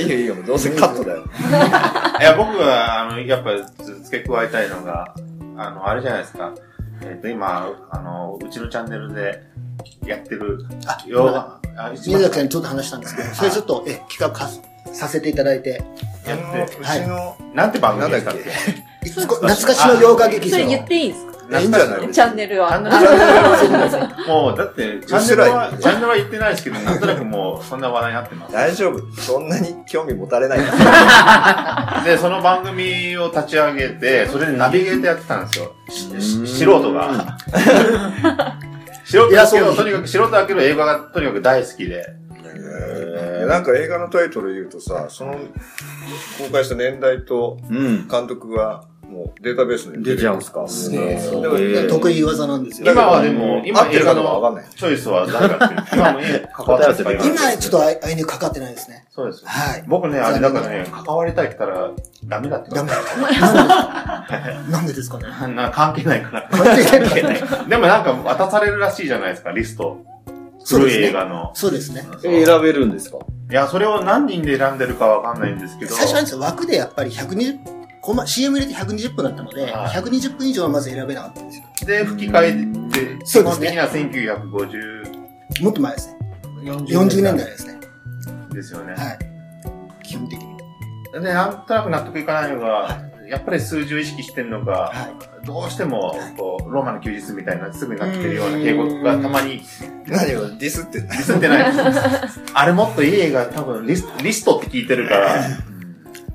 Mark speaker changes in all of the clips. Speaker 1: いいよいいよ、どうせカットだよ。
Speaker 2: いや、僕は、あの、やっぱ付け加えたいのが、あの、あれじゃないですか。えっ、と、今、あの、うちのチャンネルでやってる、洋画、あ、一
Speaker 3: 宮
Speaker 2: 番や
Speaker 3: 崎
Speaker 2: っ
Speaker 3: さんにちょっと話したんですけど、それちょっと、え、企画化させていただいて、
Speaker 2: て、
Speaker 1: うちの、
Speaker 2: なんて番組でしたっ
Speaker 1: なん
Speaker 2: け
Speaker 1: だ
Speaker 3: いつこ懐かしの洋画劇
Speaker 4: そ
Speaker 3: 場
Speaker 4: れ。言っていいですか
Speaker 1: いいんじゃない
Speaker 4: チャンネルは。
Speaker 2: もう、だって、チャンネルは、チャンネルは言ってないですけど、なんとなくもう、そんな話題になってます。
Speaker 1: 大丈夫。そんなに興味持たれない。
Speaker 2: で、その番組を立ち上げて、それでナビゲーターやってたんですよ。しし素人が。 素人だけ
Speaker 3: 偉そう
Speaker 2: ど、
Speaker 3: に
Speaker 2: とにかく素人だけど映画がとにかく大好きで。
Speaker 1: えーなんか映画のタイトル言うとさ、その公開した年代と
Speaker 5: うん。
Speaker 1: 監督がもうデータベースに
Speaker 5: 出ちゃうん
Speaker 1: です
Speaker 5: か
Speaker 3: すげえ
Speaker 1: でも
Speaker 5: へえ
Speaker 3: 得意技なんですよ。
Speaker 2: 今はでも、
Speaker 1: 合
Speaker 2: 今
Speaker 1: って
Speaker 2: 映
Speaker 1: るか
Speaker 2: 画
Speaker 1: どうかわかん
Speaker 2: の
Speaker 1: ない
Speaker 2: チョイスは誰かっていう。今もね、関わってる
Speaker 3: 今ちょっとあいあいにくかかってないですね。
Speaker 2: そうですよ。
Speaker 3: はい。
Speaker 2: 僕ね、あれだからね、関わりたいって言ったら、ダメだって
Speaker 3: ダ
Speaker 2: 言
Speaker 3: メ
Speaker 2: われ
Speaker 3: なんで なんでですかね。
Speaker 2: た。な関係な いから。
Speaker 3: 関係ない
Speaker 2: 関係ない。でもなんか渡されるらしいじゃないですか、リスト。
Speaker 3: そう
Speaker 2: 古
Speaker 3: です
Speaker 2: い
Speaker 3: ね。
Speaker 2: 映画の。
Speaker 3: そうですね。
Speaker 5: 選べるんですか
Speaker 2: いや、それを何人で選んでるかわかんないんですけど。
Speaker 3: 最初なんですよ、枠でやっぱり120、コマ CM 入れて120分だったので、
Speaker 2: はい
Speaker 3: 120分以上はまず選べなかったんですよ。
Speaker 2: で、吹き替えで、
Speaker 3: そ
Speaker 2: 基
Speaker 3: うで
Speaker 2: 本
Speaker 3: すね
Speaker 2: 的には1950、
Speaker 3: もっと前ですね。
Speaker 2: 40
Speaker 3: 40年代ですね。
Speaker 2: ですよね。
Speaker 3: はい。基本的に。
Speaker 2: で、なんとなく納得いかないのが、やっぱり数字を意識してるのが、どうしても、こう、ローマの休日みたいな、すぐになってるような傾向がたまに、
Speaker 1: 何をディスってんだ
Speaker 2: ディスっ てないです。あれもっといい映画、多分リスリストって聞いてるから、あ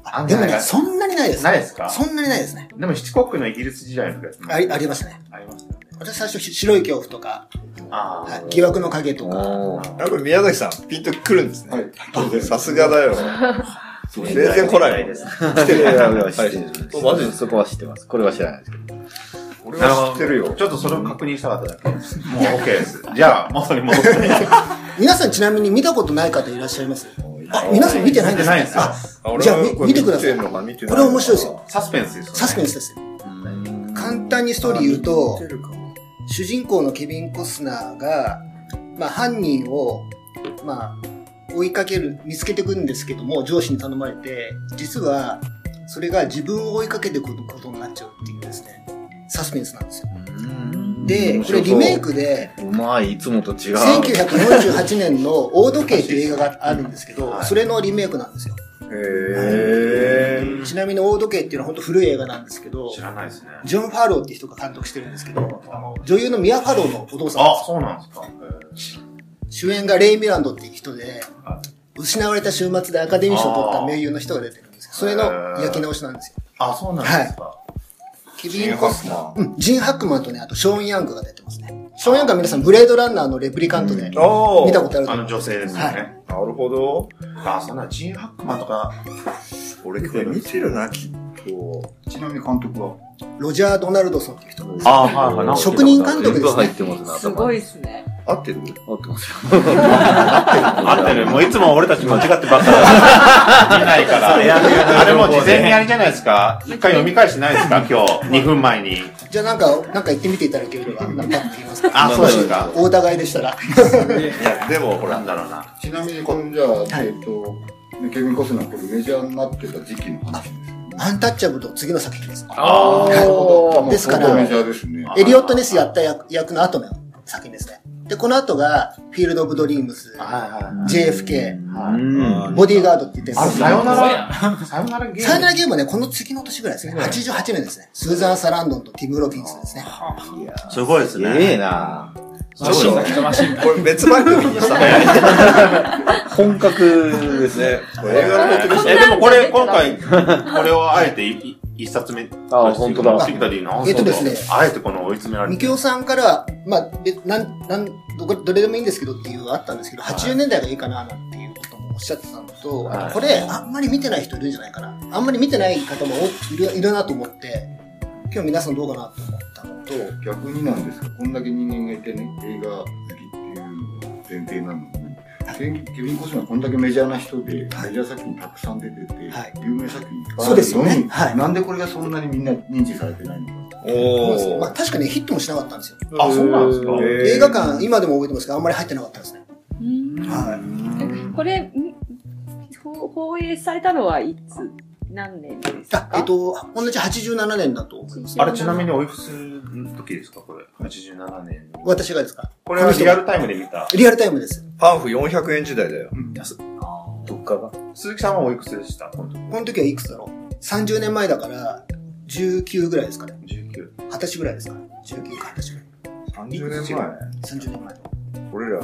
Speaker 3: あ
Speaker 2: ん
Speaker 3: で
Speaker 2: じゃ
Speaker 3: も
Speaker 2: ないか
Speaker 3: ね、そんなにないです。
Speaker 2: ないですか
Speaker 3: そんなにないですね。
Speaker 2: でも、七国のイギリス時代のやつも
Speaker 3: あり、ありましたね。
Speaker 2: ありましたね。
Speaker 3: 私最初、白い恐怖とか、
Speaker 2: ああ。
Speaker 3: はい疑惑の影とか、
Speaker 5: おー
Speaker 1: やっぱり宮崎さん、ピンとくるんですね。さすがだよ。
Speaker 5: そう
Speaker 1: 全然来ない
Speaker 2: です。
Speaker 1: 来てる
Speaker 5: いやい
Speaker 1: よ。
Speaker 5: や知ってる
Speaker 1: おマジで
Speaker 5: そこは知ってます。これは知らないですけど。
Speaker 1: 俺は知ってるよ。
Speaker 2: ちょっとそれを確認したかっただけ。もう OK です。じゃあ、元に戻って。
Speaker 3: 皆さんちなみに見たことない方いらっしゃいます
Speaker 1: もうい
Speaker 3: あ、 皆さん見てないんですか
Speaker 2: 見てないんです
Speaker 3: あじゃあみ見てください。
Speaker 1: こ
Speaker 3: こ
Speaker 1: れ
Speaker 3: れ面白いですよ。
Speaker 2: サスペンスですよね。
Speaker 3: サスペンスです。
Speaker 2: うん
Speaker 3: 簡単にストーリー言うと
Speaker 1: 見、てるかも
Speaker 3: 主人公のケビン・コスナーが、まあ、犯人を、まあ、追いかける、見つけてくんですけども、上司に頼まれて、実は、それが自分を追いかけてくることになっちゃうっていうですね、サスペンスなんですよ。
Speaker 5: うん
Speaker 3: で、
Speaker 5: 面
Speaker 3: こ
Speaker 5: 白
Speaker 3: れ
Speaker 5: そう
Speaker 3: リメイクで、
Speaker 5: うまい、いつもと違う。
Speaker 3: 1948年の大時計っていう映画があるんですけど、
Speaker 2: はい
Speaker 3: それのリメイクなんですよ。
Speaker 1: へー。
Speaker 3: ちなみに大時計っていうのは本当古い映画なんですけど
Speaker 2: 知、らないですね。
Speaker 3: ジョン・ファローって人が監督してるんですけど、あの女優のミア・ファローのお父さんなんです
Speaker 2: あ
Speaker 3: よ、
Speaker 2: そうなんですか。
Speaker 3: 主演がレイ・ミランドっていう人で、
Speaker 2: は
Speaker 3: 失われた週末でアカデミー賞を取った名優の人が出てるんですよ。それの焼き直しなんですよ。
Speaker 2: あ、そうなんですか。
Speaker 3: ケ
Speaker 1: ジ
Speaker 3: ビ
Speaker 1: ン
Speaker 3: ン・コ
Speaker 1: ハ
Speaker 3: ス
Speaker 1: ス
Speaker 3: ナー。
Speaker 1: ナ
Speaker 3: うん、ジン・ハックマンとね、あとショーン・ヤングが出てますね。ショーン・ヤングは皆さん、ブレードランナーのレプリカントで見
Speaker 1: ー。おー
Speaker 3: たことあると
Speaker 2: あ
Speaker 3: 思
Speaker 2: の
Speaker 3: う。
Speaker 2: 女性ですよ
Speaker 3: は
Speaker 2: ね。
Speaker 1: なるほど。
Speaker 2: あ、そんなジン・ハックマンとか、
Speaker 1: 俺これ見てるな、きっと。
Speaker 6: ちなみに監督は
Speaker 3: ロジャー・ドナルドソンっていう人がですね
Speaker 5: あはいはいなんか
Speaker 3: 職人監督ですね
Speaker 5: 全部入ってますね、頭
Speaker 4: すごいですね。
Speaker 1: 合ってる
Speaker 5: 合ってますよ。
Speaker 2: あってる。もういつも俺たち間違ってばっかだ。 見ないから。あれもう事前にあれじゃないですか。一回読み返してないですか今日。2分前に。
Speaker 3: じゃあなんか、なんか言ってみていただければ、なんかって言いますか。
Speaker 2: あそうですか
Speaker 3: もしお疑いでしたら。
Speaker 1: いや、でもほ
Speaker 2: な
Speaker 1: ら
Speaker 2: ん、だろうな。
Speaker 6: ちなみにこのじゃあ、えっとケビン・コスナーこれメジャーになってた時期の話ですね
Speaker 3: アンタッチャブルの次の作品です。
Speaker 5: あ
Speaker 3: ーなるほど
Speaker 6: まあ
Speaker 3: ですから
Speaker 6: 相当メジャーですね
Speaker 3: エリオット・ネスやった役役の後の作品ですね。で、この後が、フィールド・オブ・ドリームズ、
Speaker 2: はいはい。
Speaker 3: JFK、
Speaker 1: うん
Speaker 3: ボディーガードって言って
Speaker 2: あれ、さよな
Speaker 3: ら。
Speaker 2: ら、さよならゲーム。
Speaker 3: さよならゲームはね、この次の年ぐらいですね。88年ですね。スーザン・サランドンとティム・ロビンスですね。
Speaker 2: すごいです
Speaker 5: す
Speaker 2: ね。
Speaker 5: げえな
Speaker 1: ちょっと、これ別番組にしたね。
Speaker 5: 本格ですね。
Speaker 1: ね、これ映画のことでし
Speaker 2: え、でもこれ、今回、これをあえていい一冊目。
Speaker 5: あ本当だ
Speaker 2: 出してきたりな
Speaker 3: えっとですね
Speaker 2: あえてこの追い詰められ
Speaker 3: ミ
Speaker 2: て
Speaker 3: キオさんから、まあ、べなん、なん、どこ、どれでもいいんですけどっていうのがあったんですけど、80年代がいいかな、なんていうこともおっしゃってたのと、あ
Speaker 2: は
Speaker 3: と
Speaker 2: い
Speaker 3: これ、あんまり見てない人いるんじゃないかな。あんまり見てない方もおいる、いるなと思って、今日皆さんどうかなと思ったのと、
Speaker 6: 逆になんですがこんだけ人間がいてね映画好きっていうのが前提なのにケビンケビン・コスナーこんだけメジャーな人で、メジャー作品たくさん出てて、
Speaker 3: はい
Speaker 6: 有名作品いっぱい
Speaker 3: そうで
Speaker 6: ある
Speaker 3: すよ
Speaker 6: の
Speaker 3: ね
Speaker 6: に、
Speaker 3: はい
Speaker 6: なんでこれがそんなにみんな認知されてないのか
Speaker 1: ょ
Speaker 3: まあ、確かにヒットもしなかったんですよ。
Speaker 1: お
Speaker 2: あそうなんですか
Speaker 3: 映画館、今でも覚えてますけど、あんまり入ってなかったですね。
Speaker 4: うん
Speaker 3: はい。
Speaker 4: これ、んほ放映されたのはいつ何年です
Speaker 3: あ
Speaker 4: か、
Speaker 3: えっと、同じ87年だと、
Speaker 2: あれ、ちなみにおいくつの時ですかこれ。87年。
Speaker 3: 私がですか
Speaker 2: これはリアルタイムで見た。
Speaker 3: リアルタイムです。
Speaker 1: パンフ400円時代だよ。
Speaker 5: どっから
Speaker 2: 鈴木さんはおいくつでしたこの時。
Speaker 3: この時はいくつだろう ?30 年前だから、19ぐらいですかね。
Speaker 2: 19。
Speaker 3: 二十歳ぐらいですか ?19 か二十歳ぐら
Speaker 1: 30
Speaker 3: い。
Speaker 2: いくつ
Speaker 1: 年
Speaker 2: 違
Speaker 1: 前
Speaker 2: う。
Speaker 3: 30年前
Speaker 1: 俺ら、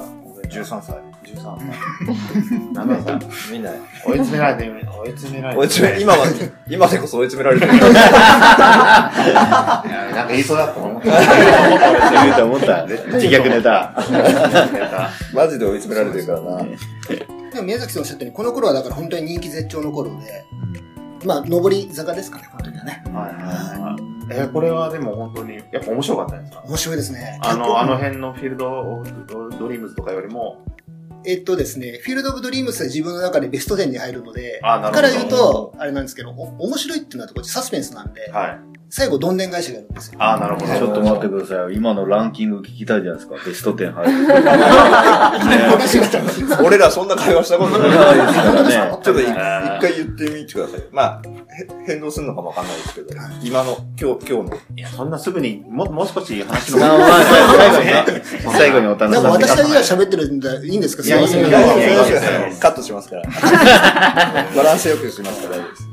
Speaker 1: 13歳。
Speaker 2: 13歳。7歳。
Speaker 1: 見ない。
Speaker 2: 追い詰められてる、追い詰められてる。
Speaker 1: 追い詰め、今は、今でこそ追い詰められてる。
Speaker 2: いやなんか言いそうだったと思った。
Speaker 5: 言うと思 った。自虐ネタ。
Speaker 1: マジで追い詰められてるからな。
Speaker 3: でも宮崎さんおっしゃったように、この頃はだから本当に人気絶頂の頃で、まあ、上り坂ですかね、この時はね。
Speaker 2: はいはいはいえーこれはでも本当に、やっぱ面白かったんですか
Speaker 3: 面白いですね。
Speaker 2: あ
Speaker 3: 脚本
Speaker 2: の、あの辺のフィールド・オブ・ドリームズとかよりも、
Speaker 3: えっとですね、フィールド・オブ・ドリームスは自分の中でベスト10に入るので、
Speaker 2: あなるほ
Speaker 3: か
Speaker 2: ど
Speaker 3: ら言うと、あれなんですけど、お面白いっていうのはこっちサスペンスなんで、
Speaker 2: はい。
Speaker 3: 最後どんでん返しがあるんですよ。
Speaker 2: あなるほど。
Speaker 5: ちょっと待ってくださいよ。今のランキング聞きたいじゃないですか。ベスト10入る。
Speaker 3: 話がちゃうんですよ。
Speaker 1: 俺らそんな会話したことない。
Speaker 5: ないですからね。
Speaker 1: ちょっとい一
Speaker 2: ー
Speaker 1: 回言ってみてください。まあ、へ変動するのかもわかんないですけど、今の、今日、今日の。
Speaker 2: いや、そんなすぐに、も、もう少し話の
Speaker 5: まあまあ最後に ね、 最後にお楽
Speaker 3: なんか
Speaker 5: しみ
Speaker 3: 私たちが喋ってるんでいいんですか
Speaker 2: いや
Speaker 3: すません
Speaker 2: いやいやいやいやいや
Speaker 1: カットします から。バランスよくしますから大丈夫です。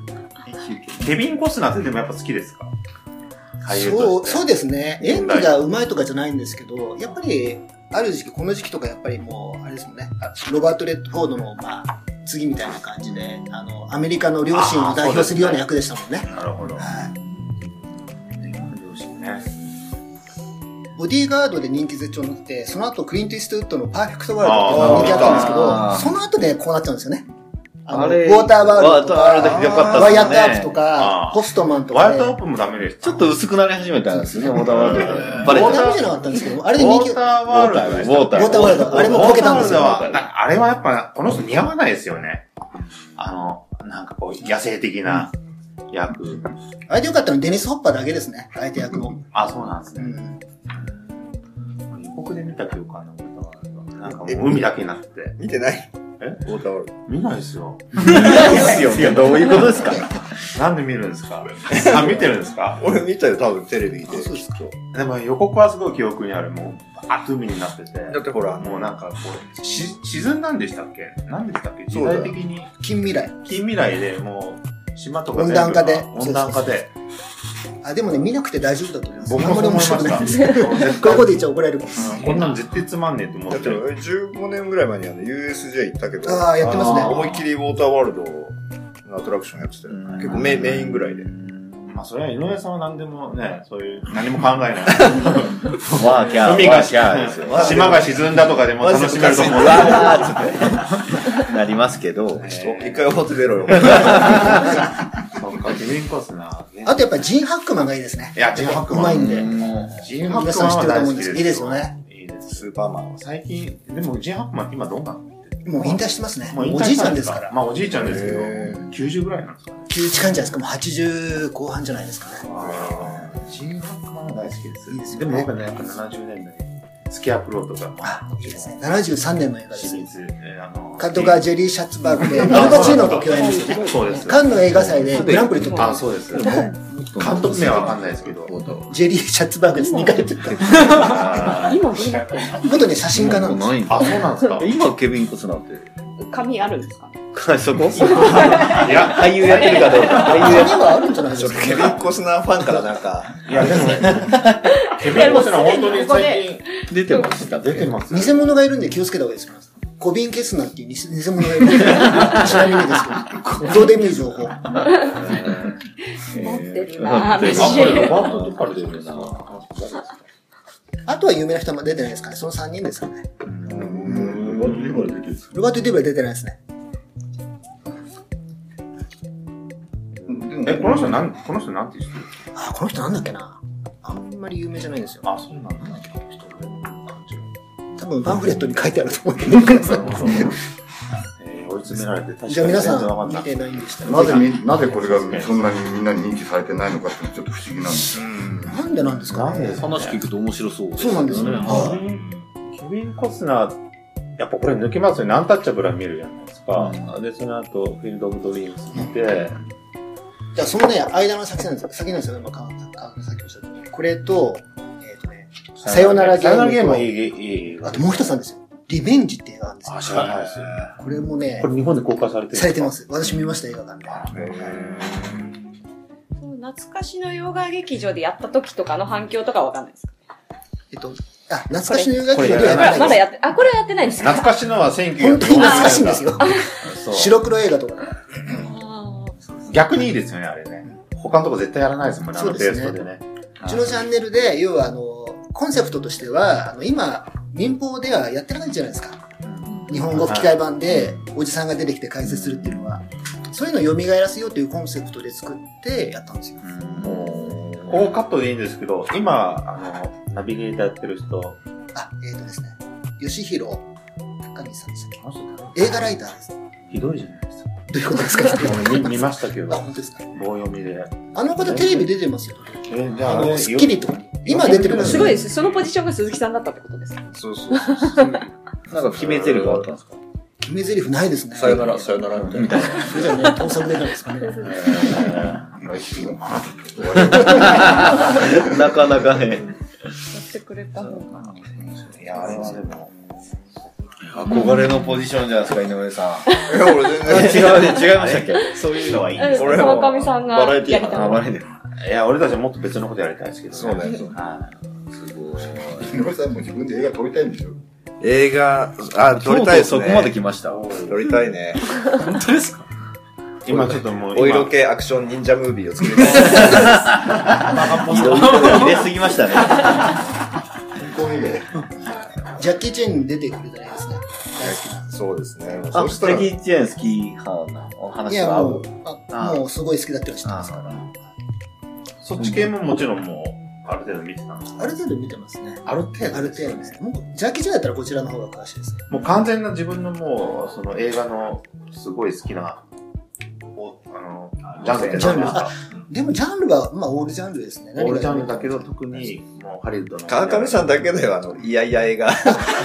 Speaker 2: ケビン・コスナーってでもやっぱ好きですか俳優
Speaker 3: そ
Speaker 2: と
Speaker 3: う、
Speaker 2: して。
Speaker 3: そうですね。演技が上手いとかじゃないんですけど、やっぱり、ある時期、この時期とかやっぱりもう、あれですもんね、あロバート・レッドフォードの、まあ、次みたいな感じで、あの、アメリカの両親を代表するような役でしたもんね。
Speaker 2: なるほど。
Speaker 3: はい
Speaker 2: 両親ね。
Speaker 3: ボディーガードで人気絶頂になって、その後クリント・イーストウッドのパーフェクト・ワールドっていう
Speaker 5: あ
Speaker 3: のが人気あ
Speaker 5: ー
Speaker 3: ったんですけど、その後でこうなっちゃうんですよね。あの、
Speaker 5: あ
Speaker 3: ウ
Speaker 5: れ
Speaker 3: ォーター・ワールドと
Speaker 5: ワーターワールド良かった
Speaker 3: か、
Speaker 5: っすね
Speaker 3: ワイアット・アップと
Speaker 2: あ
Speaker 3: か、
Speaker 2: ー
Speaker 3: ホストマンとか
Speaker 2: ワイ
Speaker 3: で、
Speaker 2: ル
Speaker 3: ウ
Speaker 2: ド
Speaker 3: ォ
Speaker 2: オープンもダメでした。
Speaker 5: ちょっと薄くなり始めたんですね、モーターワールドが。バレ
Speaker 3: ー
Speaker 5: ちゃう。
Speaker 3: ターワールドじゃなかったんですけど、あれで
Speaker 2: ウ
Speaker 3: 人
Speaker 2: ォ
Speaker 3: 気
Speaker 2: ー
Speaker 3: よ
Speaker 2: タ
Speaker 3: かっ
Speaker 2: ーワールドでした。
Speaker 5: ウォーター
Speaker 3: ウォーターワールドあれもこけたんですよ
Speaker 2: ウォーターワールドはあれはやっぱ、この人似合わないですよね。あの、なんかこう、野生的な役。
Speaker 3: 相手よかったのデニス・ホッパーだけですね、相手役も。
Speaker 2: あ、そうなんです
Speaker 3: う
Speaker 2: ね。
Speaker 3: ん。
Speaker 2: 予告で見た記憶あるのなんかもう海だけになってて。
Speaker 1: 見てない
Speaker 2: え
Speaker 1: ウォーターワールド。
Speaker 2: 見ないですよ。
Speaker 1: ですよ。いや、どういうことですか
Speaker 2: なんで見るんですかあ、見てるんですか
Speaker 1: 俺見たよ、多分テレビで。
Speaker 3: あそうです
Speaker 1: か。
Speaker 2: でも予告はすごい記憶にある。もう、バーッと海になってて。
Speaker 1: だってほら、
Speaker 2: もうなんかこう、し、沈んだんでしたっけ何でしたっけ時
Speaker 1: そうだ
Speaker 2: 代
Speaker 1: よ
Speaker 2: 的に。
Speaker 3: 近未来。
Speaker 2: 近未来でもう、島とか
Speaker 3: 温暖化で
Speaker 2: 全部が温暖化で。
Speaker 3: あ、でもね、見なくて大丈夫だと思います。
Speaker 2: 僕
Speaker 3: あん
Speaker 2: も
Speaker 3: ま
Speaker 2: そう
Speaker 3: り
Speaker 2: 思
Speaker 3: 面
Speaker 2: いまし
Speaker 3: 白
Speaker 2: た。
Speaker 3: くないです。
Speaker 2: 絶
Speaker 3: こうい
Speaker 2: 対
Speaker 3: うこと言っちゃ怒られるか
Speaker 2: うんこんなの絶対つまんねえと思
Speaker 1: だ
Speaker 2: っ
Speaker 1: って
Speaker 2: て。
Speaker 1: 俺15年ぐらい前にあの USJ 行ったけど、
Speaker 3: ら。ああー、やってます
Speaker 2: あー
Speaker 3: ね。
Speaker 1: 思いっきりウォーターワールドのアトラクションやってたよ。結構メインメインぐらいで。
Speaker 2: まあそれは井上さんは何でもね、そういう、何も考えない。
Speaker 5: わーキャー。
Speaker 2: 海が
Speaker 5: わーキャーですよ。わー
Speaker 2: 島が沈んだとかでも楽しめると思う。
Speaker 5: わーってなりますけど。
Speaker 1: ちょっと一回終わって出ろよ。
Speaker 2: そうか、ケビンコスナーね。
Speaker 3: あとやっぱジン・ハックマンがいいですね。
Speaker 2: いやジンハックマ
Speaker 3: う
Speaker 2: ン
Speaker 3: まいんで。
Speaker 2: ジンハックマンは大好きです。
Speaker 3: いいですよね。
Speaker 2: いいです。
Speaker 1: スーパーマン。
Speaker 2: 最近、でもジンハックマンって今どうなの
Speaker 3: もう引退してますね。
Speaker 2: もう引退
Speaker 3: おじいちゃんですから。
Speaker 2: まあおじいちゃんですけど
Speaker 1: へ、
Speaker 2: 90ぐらいなんですかね。
Speaker 3: 9時間じゃないですか。もう80後半じゃないですかね。
Speaker 2: ジンハックマンは大好きです。
Speaker 3: いいですよね
Speaker 2: でも僕ね、やっぱ70年代、スキャープロとか、
Speaker 3: いいですね。73年の映画で
Speaker 2: シ
Speaker 3: す。
Speaker 2: リーズ、えーあの、
Speaker 3: 監督はジェリー・シャッツバーグで、アルパチーノと共演ですよね。
Speaker 2: そうです。
Speaker 3: カンヌ映画祭でグランプリ取った
Speaker 2: あ、そう です。監督名はわかんないですけど。
Speaker 3: ジェリー・シャッツバーグです。2回取った。
Speaker 2: あ
Speaker 4: 今どうなってる
Speaker 3: 元ね、写真家なんですよ。
Speaker 5: ないん
Speaker 2: ー、あそうなんですか。
Speaker 5: 今、ケビン・コスナーって。
Speaker 4: の紙あるんですか
Speaker 5: そ こいや、俳優やってるかどうか。
Speaker 3: 他にはあるんじゃないですか。
Speaker 1: ケビン・コスナーファンからなんか、
Speaker 2: いや、でも、ケビン・コスナー本当に最近
Speaker 5: 出てました。
Speaker 2: 出てます。
Speaker 3: 偽物がいるんで気をつけた方がいいですよ。コビン・ケスナーっていう偽偽物がいるんで。ちなみにですけど、どうでもいい情報。
Speaker 4: 持ってるなぁ、
Speaker 5: 持ってる
Speaker 2: あ、
Speaker 4: 飯。
Speaker 2: これバンドとかで出てるんですか
Speaker 3: あとは有名な人も出てないですかね。その3人ですかね。
Speaker 6: うんバッテリーまでできるんですか
Speaker 3: ロバート・ディブは出てないですね。
Speaker 2: え、この人なん、この人なんて人
Speaker 3: あー、この人なんだっけな。あんまり有名じゃないんですよ。
Speaker 2: あ、そうなんだ。
Speaker 3: 多分パンフレットに書いてあると思うんで。
Speaker 2: えー追い詰められて、確かに
Speaker 3: じゃあ皆さ
Speaker 2: 全然わか
Speaker 3: ん
Speaker 2: んな
Speaker 3: 見
Speaker 2: い
Speaker 3: てないんでしたら。
Speaker 6: なぜ
Speaker 3: ぜ
Speaker 6: み、なぜこれがそんなにみんなに認知されてないのかっていうのはちょっと不思議なんですよ。
Speaker 3: ひなんでなんですかね。
Speaker 5: 話聞くと面白そうです
Speaker 3: そうなんですよね。はい
Speaker 2: ケビン・コスナー、やっぱこれ抜けますよね。アンタッチャブルは見るじゃないですか。で、その後、フィールド・オブ・ドリームス見て、
Speaker 3: じゃあ、そのね、間の先なんですよ。先なんですよ、今、川川上さんがおっしゃった。これと、えっ、とね、さよならゲームと
Speaker 2: さよならゲームはいい、いい。
Speaker 3: あともう一つなんですよ。リベンジって映画なんですよ。
Speaker 2: あ、知らないです。
Speaker 3: これもね
Speaker 2: こ、れ日本で公開されてる
Speaker 3: されてます。私見ました、映画館で。
Speaker 4: 懐かしの洋画劇場でやった時とかの反響とかわかんないですか
Speaker 3: えっと、あ、懐かしの映画館では
Speaker 2: これ
Speaker 3: や
Speaker 4: まだ
Speaker 3: ら
Speaker 4: ま
Speaker 3: な
Speaker 4: だ
Speaker 3: いで
Speaker 4: やって、あ、これはやってないんですか
Speaker 2: 懐かしのは1900
Speaker 3: す。本当に懐かしいんですよ。
Speaker 2: そう
Speaker 3: 白黒映画とか。
Speaker 4: あー
Speaker 2: 逆にいいですよね、あれね。他のとこ絶対やらないですもんね、あのテイストでね。
Speaker 3: うちのチャンネルで、要はあの、コンセプトとしては、あの、今、民放ではやってないじゃないですか。日本語吹き替え版で、おじさんが出てきて解説するっていうのは。そういうのを蘇らせようというコンセプトで作ってやったんですよ。
Speaker 2: こうカットでいいんですけど、今、あの、ナビゲーターやってる人、
Speaker 3: あ、えっ、とですね、吉弘高見さんでしたっけ映画ライターです。ど
Speaker 2: ひどいじゃないですか。
Speaker 3: ういうことですか
Speaker 2: 見見ましたけど
Speaker 3: あ、、本当ですか
Speaker 2: 棒読みで。
Speaker 3: あの方テレビ出てますよ。
Speaker 2: えーじ
Speaker 3: あ
Speaker 2: ゃ
Speaker 3: の、
Speaker 2: ね
Speaker 3: スッキリとかに。今出てる
Speaker 4: で
Speaker 3: か
Speaker 4: も
Speaker 3: ら
Speaker 4: すごいです。そのポジションが鈴木さんだったってことですか
Speaker 1: そうそうそう。
Speaker 5: なんか決めてるがあったんですか
Speaker 3: 決め台詞ないですね。
Speaker 1: さよなら、さよならみたいな。
Speaker 3: それじゃね、盗作出たんですかね。
Speaker 6: 来週の
Speaker 5: なかなかね。
Speaker 4: やってくれたのかな。
Speaker 2: いや、あれはでも、
Speaker 5: 憧れのポジションじゃないですか、井上さ
Speaker 1: いや、俺全
Speaker 5: ん。違
Speaker 1: 然。
Speaker 5: うね、違いましたっけ
Speaker 2: そういうのはいい
Speaker 4: うん
Speaker 1: 俺も
Speaker 4: 川上さんが
Speaker 1: バラ
Speaker 4: や
Speaker 1: エ
Speaker 4: り
Speaker 1: ティ
Speaker 4: たい
Speaker 1: ーか
Speaker 5: あ、
Speaker 1: な
Speaker 4: の。
Speaker 5: バレてる。
Speaker 2: いや、俺たちはもっと別のことやりたいですけど
Speaker 1: そうね。そう
Speaker 2: はい
Speaker 5: すごい。
Speaker 6: 井上さんも自分で映画撮りたいんでしょ
Speaker 1: 映画、あ、撮りたいです
Speaker 5: そ
Speaker 1: ね。
Speaker 5: こまで来ました。
Speaker 1: 撮りたいね。
Speaker 2: 今ちょっともう、
Speaker 1: お色
Speaker 2: 今
Speaker 1: 系アクション忍者ムービーを作りたい。
Speaker 5: 入れすぎましたね。
Speaker 6: こういう映
Speaker 3: ジャッキー・チェンに出てくれたらいいですね。
Speaker 1: そうですね。
Speaker 5: あ、
Speaker 1: そ
Speaker 5: ジ
Speaker 1: したら
Speaker 5: ャ、キー・チェン好き派なお
Speaker 3: い
Speaker 5: 話
Speaker 3: や、
Speaker 5: が合
Speaker 3: もう
Speaker 5: う。、
Speaker 3: あもうすごい好きだってのは知ってますから。
Speaker 2: そっち系ももちろんもある程度見てたの
Speaker 3: ある程度見てますね。
Speaker 2: ある程
Speaker 3: ある程度ですね。もう、ジャッキー・チェンだったらこちらの方が詳しいですね。
Speaker 2: もう完全な自分のもう、その映画のすごい好きな、おあの、ジャンルって何ですか
Speaker 3: でも、ジャンルは、まあ、オールジャンルですね。
Speaker 2: オールジャンルだけど、特に、もうハリウッドの。
Speaker 1: 川上さんだけだよ、あの、いやいや映画。
Speaker 2: い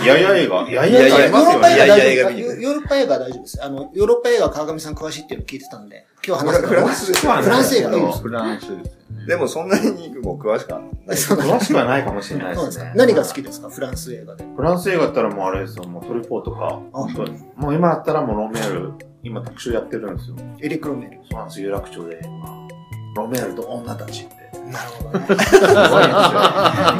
Speaker 2: やいや映画。いやい
Speaker 1: いや
Speaker 2: や
Speaker 1: いや
Speaker 2: 映画。ますよね。
Speaker 1: いやいや映画見に行く
Speaker 3: ヨーロッパ映画は大丈夫です。あの、ヨーロッパ映画は川上さん詳しいっていうの聞いてたんで、今日話す
Speaker 1: フランス
Speaker 2: フラン
Speaker 3: フ
Speaker 2: ス
Speaker 3: ランス映画
Speaker 2: うん
Speaker 6: フランスですよね。
Speaker 1: でもそんなにもう詳しくはない。
Speaker 3: そう
Speaker 2: 詳しくはないかもしれない
Speaker 3: そうなん
Speaker 2: で
Speaker 3: ですす
Speaker 2: ね
Speaker 3: か。。何が好きですかフランス映画で。
Speaker 2: フランス映画だったらもうあれですよ、もうトリフォーとか、もう今だったらもうロメール、今特集やってるんですよ。
Speaker 3: エリック・ロメル。
Speaker 2: そうなんです、有楽町で、今ロメールと女たちって。
Speaker 3: なるほどね。
Speaker 2: すごいん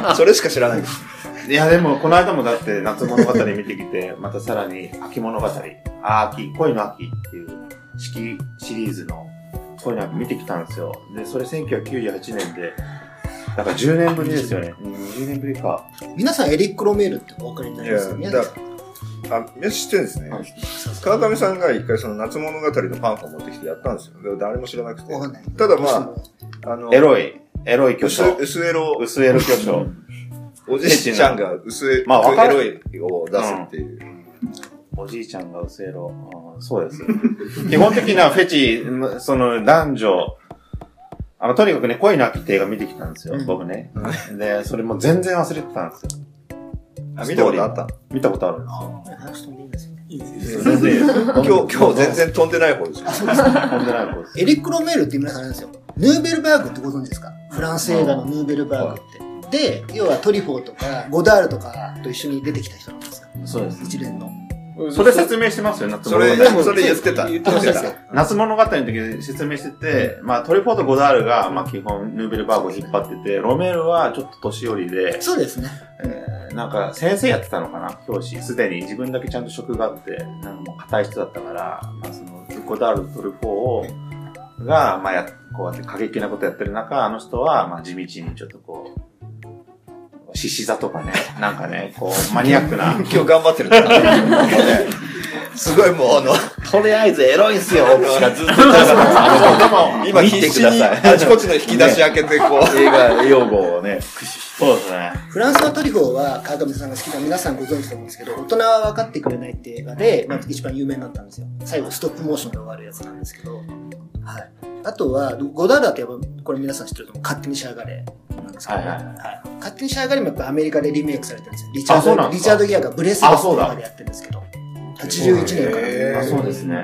Speaker 2: です
Speaker 1: それしか知らないです。
Speaker 2: よ。いや、でも、この間もだって夏物語見てきて、 またさらに秋物語、あ秋、恋の秋っていう四季シリーズの恋の秋見てきたんですよ。で、それ1998年で、だから10年ぶりですよね。うん20年ぶりか。
Speaker 3: 皆さん、エリック・ロメールってお分かりに
Speaker 1: い
Speaker 3: なりますか
Speaker 1: や、
Speaker 3: 皆
Speaker 1: だ
Speaker 3: さん。
Speaker 1: あ、いや、知ってるんですね。川上さんが一回その夏物語のパンフを持ってきてやったんですよ。でも誰も知らなくて
Speaker 3: わ。かんない。
Speaker 1: ただまあ、あの、
Speaker 2: エロい、エロい巨
Speaker 1: 薄
Speaker 2: 匠。
Speaker 1: 薄エロ、
Speaker 2: 薄エロ巨匠。
Speaker 1: おじいちゃんが薄エ
Speaker 2: まあわか
Speaker 1: ロ
Speaker 2: る
Speaker 1: いを出すっていう。
Speaker 2: おじいちゃんが薄エロ。うんそうです。 基本的なフェチ、その男女、あの、とにかくね、恋の秋って映画見てきたんですよ、
Speaker 3: うん
Speaker 2: 僕ね。で、それもう全然忘れてたんですよ。
Speaker 1: あ見たことあった
Speaker 2: 見たことあるん
Speaker 3: 話飛んでいいんですよね。
Speaker 2: ですよ。全然、
Speaker 1: 今日、今日全然飛んでない方ですよ。
Speaker 2: 飛んでないことです。
Speaker 3: エリック・ロメールって皆さんあれですよ。ヌーベルバーグってご存知ですかフランス映画のヌーベルバーグって。で、要はトリフォーとか、ゴダールとかと一緒に出てきた人なんですよ。
Speaker 2: そうです。
Speaker 3: 一連の。
Speaker 2: それ説明してますよ、夏
Speaker 1: そ
Speaker 2: 物
Speaker 1: れ、
Speaker 2: 語。
Speaker 1: それ言ってた。
Speaker 3: 言ってましたよ
Speaker 2: 夏物語の時に説明してて、まあ、トリフォート・ゴダールが、まあ、基本、ヌーベルバーグを引っ張ってて、ロメールはちょっと年寄りで、
Speaker 3: そうですね。
Speaker 2: えーなんか先生やってたのかな教師すでに自分だけちゃんと職があってなんかもう硬い人だったから、まあ、そのゴダールトルフォーをが、まあ、やこうやって過激なことやってる中あの人は、まあ、地道にちょっとこう獅子座とかねなんかねこうマニアックな
Speaker 1: 今日頑張ってるんだねすごいもう、あの、
Speaker 5: とりあえずエロいんすよ、僕がずっと言ってたから
Speaker 2: 頭を
Speaker 1: 今
Speaker 5: 見
Speaker 1: 必
Speaker 5: て
Speaker 1: 死
Speaker 5: くだ
Speaker 1: に
Speaker 5: さい
Speaker 1: あちこちの引き出し開けてこ う。
Speaker 5: 映画用語をね。
Speaker 2: そうですね
Speaker 3: フランスのトリフォーは川上さんが好きな皆さんご存知と思うんですけど、大人は分かってくれないって映画で、まあ、一番有名になったんですよ。最後、ストップモーションで終わるやつなんですけど。はい。あとは、ゴダールだとやっぱ、これ皆さん知ってると思う、勝手に仕上がれなんですけど、
Speaker 2: はいはいはい
Speaker 3: 勝手に仕上がれもやっぱアメリカでリメイクされてるんですよ。リチャ
Speaker 2: あそう
Speaker 3: ー
Speaker 2: な
Speaker 3: ド、
Speaker 2: んで
Speaker 3: リ
Speaker 2: す
Speaker 3: チ
Speaker 2: か
Speaker 3: ャードギアがブレスレス
Speaker 2: あそうだ
Speaker 3: とかでやってるんですけど、81年から。
Speaker 1: へー
Speaker 2: あそうですね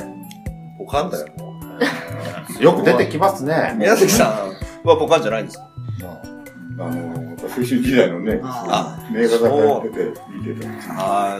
Speaker 1: ポカンだよ、も
Speaker 2: よく出てきます
Speaker 1: う。
Speaker 2: ね
Speaker 1: 宮崎さんはポカンじゃないんですか
Speaker 6: まあ、あの、やっぱ青春時代のね、
Speaker 3: あ
Speaker 6: 名画がやってて、見てたんです
Speaker 1: あ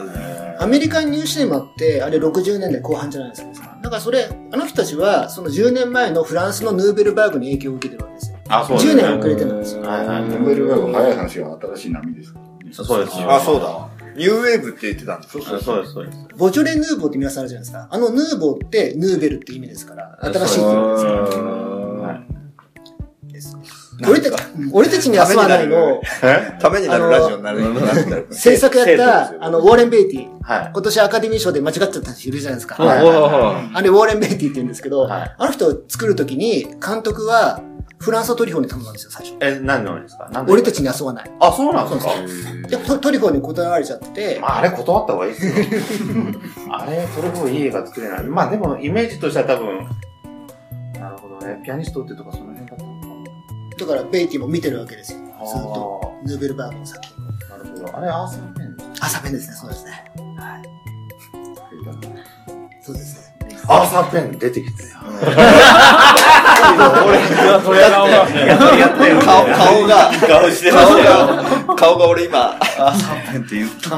Speaker 3: アメリカンニューシネマって、あれ60年代後半じゃないですか。だからそれ、あの人たちは、その10年前のフランスのヌーベルバーグに影響を受けてるわけですよ。
Speaker 2: あそうです
Speaker 3: 10
Speaker 2: ね
Speaker 3: 年遅れてるんですよ。
Speaker 2: はいはい
Speaker 6: ヌーベルバーグの早い話が新しい波ですからね。
Speaker 2: そうですよ
Speaker 1: あ、そうだ。ニューウェーブって言ってたんです
Speaker 6: そう
Speaker 2: あそうですそうです
Speaker 3: ボジョレ・ヌーボーって皆さんあるじゃないですか。あのヌーボーってヌーベルって意味ですから、新しいって意味ですか
Speaker 2: うーんはい
Speaker 3: です。俺たち、俺たちにはすまないの、
Speaker 2: え
Speaker 1: ためになるラジオになるようになった よ。
Speaker 3: 制作やっ
Speaker 2: 生徒ですよ
Speaker 3: た、あの、ウォーレン・ベイティ。
Speaker 2: はい
Speaker 3: 今年アカデミー賞で間違っちゃった人いるじゃないですか。
Speaker 2: はい
Speaker 3: あれ、ウォーレン・ベイティって言うんですけど、
Speaker 2: はい
Speaker 3: あの人を作るときに、監督は、フランスのトリフォーに頼んだんですよ、最初。
Speaker 2: え何のですか何の
Speaker 3: 俺たちにはすまない。
Speaker 2: あそうなんですか
Speaker 3: でトトリフォーに断られちゃって、
Speaker 2: まあ、あれ断った方がいいですよ。 あれ、それほどいい映画作れない。まあ、でも、イメージとしては多分、なるほどね。ピアニストってとかその辺だったのか
Speaker 3: だからベイティも見てるわけですよ。ず
Speaker 2: な。
Speaker 3: っと。ヌーベルバーグの作品を。
Speaker 2: あーなるほど。あれ、アーサーペン
Speaker 3: 朝弁ですね、そうですね。そうですね。
Speaker 2: アーサーペン出てきて よ。
Speaker 1: 顔、顔が、顔して顔が、顔が俺今、
Speaker 5: 3分って言ったな。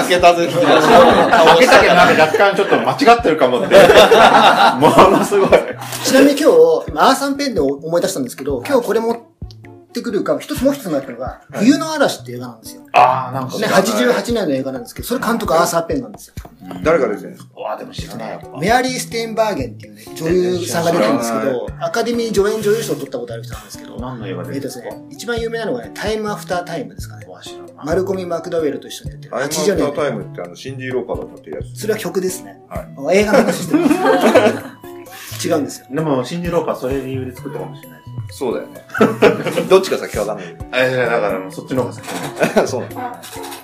Speaker 1: 開けたぜ、引き出し
Speaker 2: かけたけど、なんか若干ちょっと間違ってるかもって。ものすごい。
Speaker 3: ちなみに今日、今、アーサンペンで思い出したんですけど、今日これ持ってくるか、一つもう一つになったのが、冬の嵐って映画なんですよ。ね、
Speaker 2: ああ、なんか知らない。
Speaker 3: 88年の映画なんですけど、それ監督アーサーペンなんですよ。
Speaker 1: 誰が出てるんですか
Speaker 2: うわあ、でも知らない、やっぱ。
Speaker 3: メアリー・ステインバーゲンっていうね、女優さんが出てるんですけど、アカデミー助演女優賞を取ったことある人なんですけど、
Speaker 2: 何の映画
Speaker 3: え
Speaker 2: 出
Speaker 3: っとで
Speaker 2: てる
Speaker 3: す
Speaker 2: んです
Speaker 3: ね、一番有名なのがね、タイムアフタータイムですかね
Speaker 2: か。わ、知らない。
Speaker 3: マルコミ・マクダウェルと一緒にやってる。
Speaker 1: アイマ
Speaker 3: 80年
Speaker 1: ー
Speaker 3: 代
Speaker 1: タータイムってあの、シンディ・ローパーだったってやつ。
Speaker 3: それは曲ですね。
Speaker 1: は
Speaker 3: 映画の話してます。違うんですよ。
Speaker 2: でも、シンディローパーそれ理由で作ったかもしれないですよ。
Speaker 1: そうだよね。どっちが先かわかんないけ
Speaker 2: えだからもう そっちの方が先になっち
Speaker 1: ど。そうなの
Speaker 2: ゃう。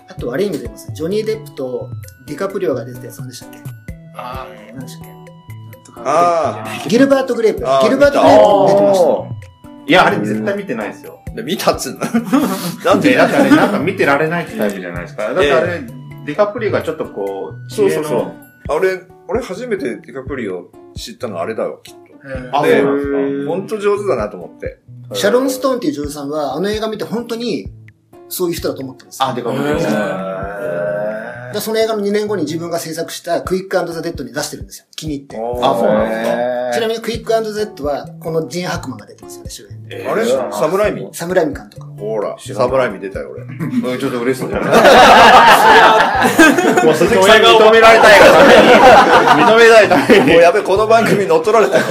Speaker 3: あと、あれにも出ますね。ジョニー・デップとディカプリオが出てたやつ、何でしたっけ
Speaker 2: あ
Speaker 3: えー何でしたっ
Speaker 1: あ
Speaker 3: けギルバート・グレープ
Speaker 1: あ。ー
Speaker 3: ギルバート・グレープも出てました。
Speaker 2: あ。いや、あれ絶対見てないですよ。
Speaker 1: あ。で見たっつうのなん
Speaker 2: で、
Speaker 1: で
Speaker 2: だってあれなんか見てられないってタイプじゃないですか。だってあれ、デカプリがちょっとこう、知
Speaker 1: そう
Speaker 2: 恵
Speaker 1: そう
Speaker 2: の。
Speaker 1: そう。あれ、俺初めてディカプリオ知ったのあれだわ、きっと。
Speaker 2: あ、そう
Speaker 1: で
Speaker 2: なんです
Speaker 1: ほんと上手だなと思って。
Speaker 2: か。
Speaker 3: シャロン・ストーンっていう女優さんは、あの映画見て本当にそういう人だと思ったんですよ。
Speaker 2: あ、デカプリ
Speaker 1: へ
Speaker 2: が。
Speaker 1: ー
Speaker 3: でその映画の2年後に自分が制作したクイックザ・デッドに出してるんですよ。気に入って。
Speaker 1: あ
Speaker 2: あ、そうなんです
Speaker 1: ね。
Speaker 2: か。
Speaker 3: ちなみにクイックザ・デッドは、このジン・ハクマンが出てますよね、主演で。
Speaker 1: あれサムライミ
Speaker 3: サムライミ監督。
Speaker 1: ほら、
Speaker 2: 知らな
Speaker 1: サ
Speaker 2: い
Speaker 1: ムライミ出たよ、俺。
Speaker 2: うんちょっと嬉しそうじゃないもう鈴木さんが認められたいから、認めたいために。
Speaker 1: もうやべ、この番組乗っ取られたよ。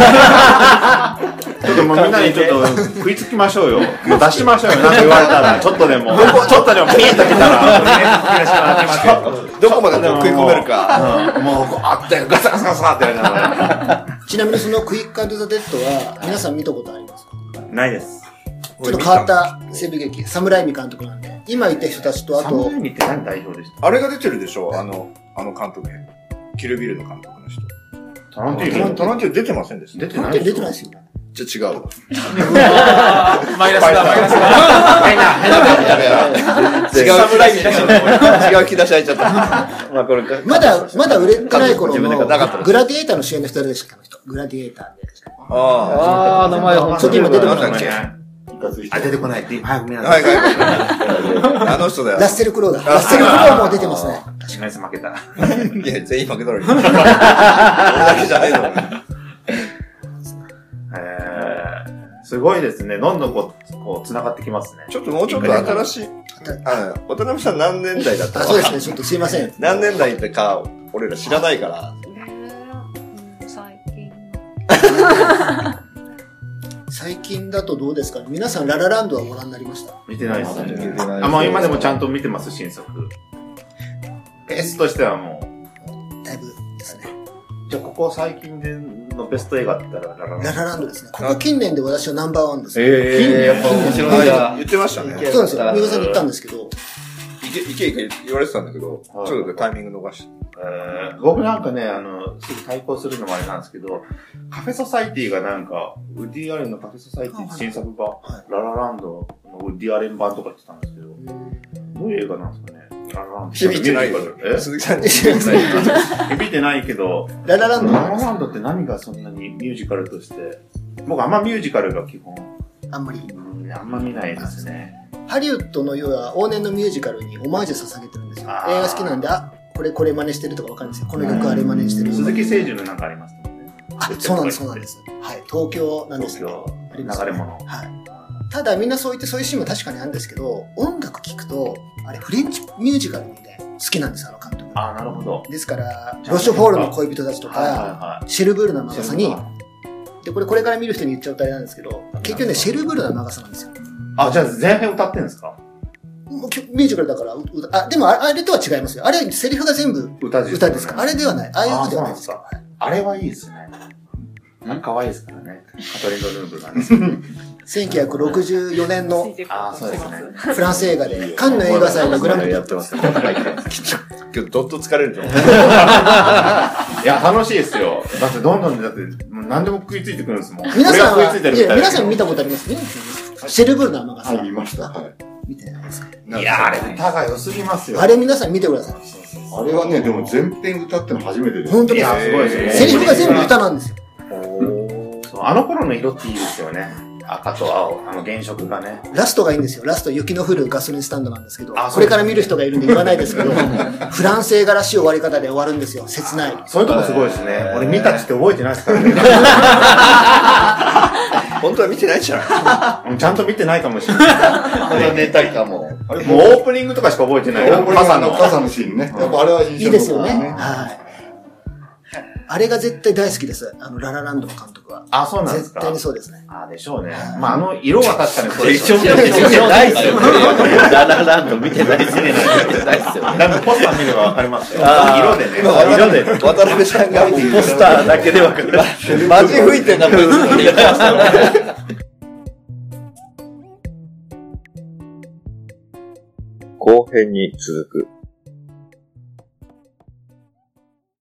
Speaker 2: ちょっともうみんなにちょっと食いつきましょうよ。もう出しましょうよ。なんか言われたら、ちょっとでも。ちょっとでもピンときたら、
Speaker 1: どこまで食い込めるか。
Speaker 2: うんもう、あって、ガサガサガサってやりながら。
Speaker 3: ちなみにそのクイックザ・デッドは、皆さん見たことありますか
Speaker 2: ないです。
Speaker 3: ちょっと変わった西部劇、サムライミ監督なんで、今いた人たちと、あ
Speaker 2: サム
Speaker 3: と
Speaker 2: ライ、ミって何代表でした
Speaker 1: あれが出てるでしょあの、あの監督。キルビルの監督の人。
Speaker 2: タランティ
Speaker 1: トラン
Speaker 2: ー
Speaker 1: トランティーノ出てませんでし
Speaker 2: ノ
Speaker 1: た
Speaker 2: 出て
Speaker 3: なん
Speaker 2: な
Speaker 3: て
Speaker 2: い
Speaker 3: 出てないですよ。
Speaker 1: じゃあ違うわ。
Speaker 7: マイナス だ、マイナスだ。
Speaker 1: 違う
Speaker 7: 侍みたい
Speaker 1: 違う気出し入っちゃった。
Speaker 5: まあこれか
Speaker 3: まだ、まだ売れてない頃
Speaker 1: 自分で買ったなかったで
Speaker 3: の、グラディエーターの主演の人誰でしたっけあの人。グラディエーターで。
Speaker 1: あ
Speaker 5: ああ、名前は
Speaker 3: ちょっと今出てこ
Speaker 1: ない
Speaker 2: あ、出てこないって、早く見な
Speaker 1: あ。
Speaker 2: さ。
Speaker 1: はいいはい。あの人だよ
Speaker 3: ラッ。セル・クロウだ。ラッセル・クロウも出てますね。
Speaker 2: 確かに負けた。
Speaker 1: いや、全員負けたのに。俺だけじゃねえの。
Speaker 2: えーすごいですね。どんどんこう、こう、繋がってきますね。
Speaker 1: ちょっともうちょっと新しい。あ渡辺さん何年代だった
Speaker 3: あ、
Speaker 1: の
Speaker 3: そうですね。ちょっとすいません。
Speaker 1: 何年代ってか、俺ら知らないから。
Speaker 4: 最近
Speaker 3: 最近だとどうですかね皆さん、ララランドはご覧になりました
Speaker 2: 見てないです
Speaker 1: 見て
Speaker 2: ね。
Speaker 1: ない
Speaker 2: あ、まあ今でもちゃんと見てます、新作。ベストとしてはもう。
Speaker 3: だいぶですね。
Speaker 2: じゃあここ最近でのベスト映画って言ったら、ララ
Speaker 3: ラ
Speaker 2: ン
Speaker 3: ラランドですね。ここ近年で私はナンバーワンです。
Speaker 5: ええ、やっぱ面白いな。
Speaker 1: 言ってましたね。
Speaker 3: そうなんですよ。三浦さんに言ったんですけど、
Speaker 1: いけ、いけいけ言われてたんだけど、ちょっとタイミング逃して。
Speaker 2: えー僕なんかね、あの、すぐ対抗するのもあれなんですけど、カフェソサイティがなんか、ウッディアレンのカフェソサイティ新作版、
Speaker 3: は
Speaker 2: ララランドのウッディアレン版とか言ってたんですけど、どういう映画なんですかねララランド。
Speaker 1: 響いてないよ
Speaker 2: え
Speaker 1: 鈴木さん に響いてないよ。
Speaker 2: 響いてないけど、
Speaker 3: ララランド
Speaker 2: ララランドって何がそんなにミュージカルとして、僕あんまミュージカルが基本、
Speaker 3: あんまり、
Speaker 2: うんあんま見ないですね。
Speaker 3: ハリウッドの要は往年のミュージカルにオマージュ捧げてるんですよ
Speaker 2: あ。ー
Speaker 3: 映画好きなんで、あ、これこれ真似してるとかわかるんですよ。この曲あれ真似してる。
Speaker 2: 鈴木誠二のなんかありますもんね。
Speaker 3: あ、そうなんです、そうなんです。はい。東京なんですけど。あります
Speaker 2: 流れ物。
Speaker 3: はい。ただみんなそう言ってそういうシーンも確かにあるんですけど、音楽聴くと、あれフレンチミュージカルみたい。好きなんです、あの監督。
Speaker 2: ああ、なるほど。
Speaker 3: ですから、ロシュフォールの恋人たちと
Speaker 2: はいはい
Speaker 3: か、
Speaker 2: はい。
Speaker 3: シェルブールの長さに、
Speaker 2: あ、
Speaker 3: で、これこれから見る人に言っちゃうとあれなんですけど、結局ね、シェルブールの長さなんですよ。
Speaker 2: じゃあ前編歌ってんですか
Speaker 3: もうきミュージカルだから、う歌あ、でもああれとは違いますよ。あれはセリフが全部
Speaker 2: 歌
Speaker 3: 歌ですかあれではない。ああいうことではないです
Speaker 2: あ
Speaker 3: か。はい
Speaker 2: あれはいいですね。なんか可愛いですからね。カトリン・ドルーブな んですけど。
Speaker 3: 1964年
Speaker 4: つ
Speaker 3: の
Speaker 4: いてくる
Speaker 2: あーそうですね
Speaker 3: フランス映画で、カンヌ映画祭のグランプリ
Speaker 5: やってますね。はい
Speaker 1: 今日どっと疲れると思う。
Speaker 2: いや、楽しいですよ。だってどんどん、だって、もう何でも食いついてくるんですもん。
Speaker 3: 皆さん
Speaker 2: 俺が
Speaker 3: は、
Speaker 2: 食いついてる
Speaker 3: い
Speaker 2: みた
Speaker 3: や、
Speaker 2: いな。
Speaker 3: 皆さん見たことありますねシェルブールの甘が
Speaker 6: はい、
Speaker 3: さ
Speaker 6: 見、ました。はい。
Speaker 3: 見てないですか
Speaker 2: いや、あれ、歌が良すぎますよ。
Speaker 3: あれ皆さん見てください。
Speaker 6: あれはね、でも全編歌っての初めてです。
Speaker 3: 本当
Speaker 2: い
Speaker 3: に
Speaker 2: や、すごいです
Speaker 3: セ
Speaker 2: よ。
Speaker 3: リフが全部歌なんですよ。
Speaker 2: そうあの頃の色っていいですよね。赤と青、あの原色がね。
Speaker 3: ラストがいいんですよ。ラスト、雪の降るガソリンスタンドなんですけど、
Speaker 2: あそう
Speaker 3: これから見る人がいるんで言わないですけど、フランス映画らしい終わり方で終わるんですよ。切ない。
Speaker 2: そういうとこすごいですね。俺見たっつって覚えてないですからね。
Speaker 1: 本当は見てないじゃん。
Speaker 2: うんちゃんと見てないかもしれない。
Speaker 5: まだ寝たいかも。
Speaker 6: あれ
Speaker 2: もうオープニングとかしか覚えてない。
Speaker 6: 大森
Speaker 2: 傘
Speaker 6: さんの
Speaker 2: の。
Speaker 6: 傘のシーンね。やっぱあれは印象
Speaker 3: いいですよね。
Speaker 6: 残ってます
Speaker 3: はい。あれが絶対大好きです。あの、ララランドの監督は。
Speaker 2: あ、そうなんです
Speaker 3: 絶
Speaker 2: か
Speaker 3: 対にそうですね。
Speaker 2: あでしょうね。まあ、あの色は確かにそうでしょう
Speaker 5: 見て
Speaker 2: ね。
Speaker 5: ないっすよね。ララランド見てないっすよね。見てないっすよね。
Speaker 2: なんかポスター見ればわかりますよ。
Speaker 5: あー
Speaker 2: 色でね。
Speaker 1: 今色で渡辺さんがポ
Speaker 5: ポスターだけでわかる。
Speaker 1: マジ吹いてんな、こいつって言ってましたよ後編に続く。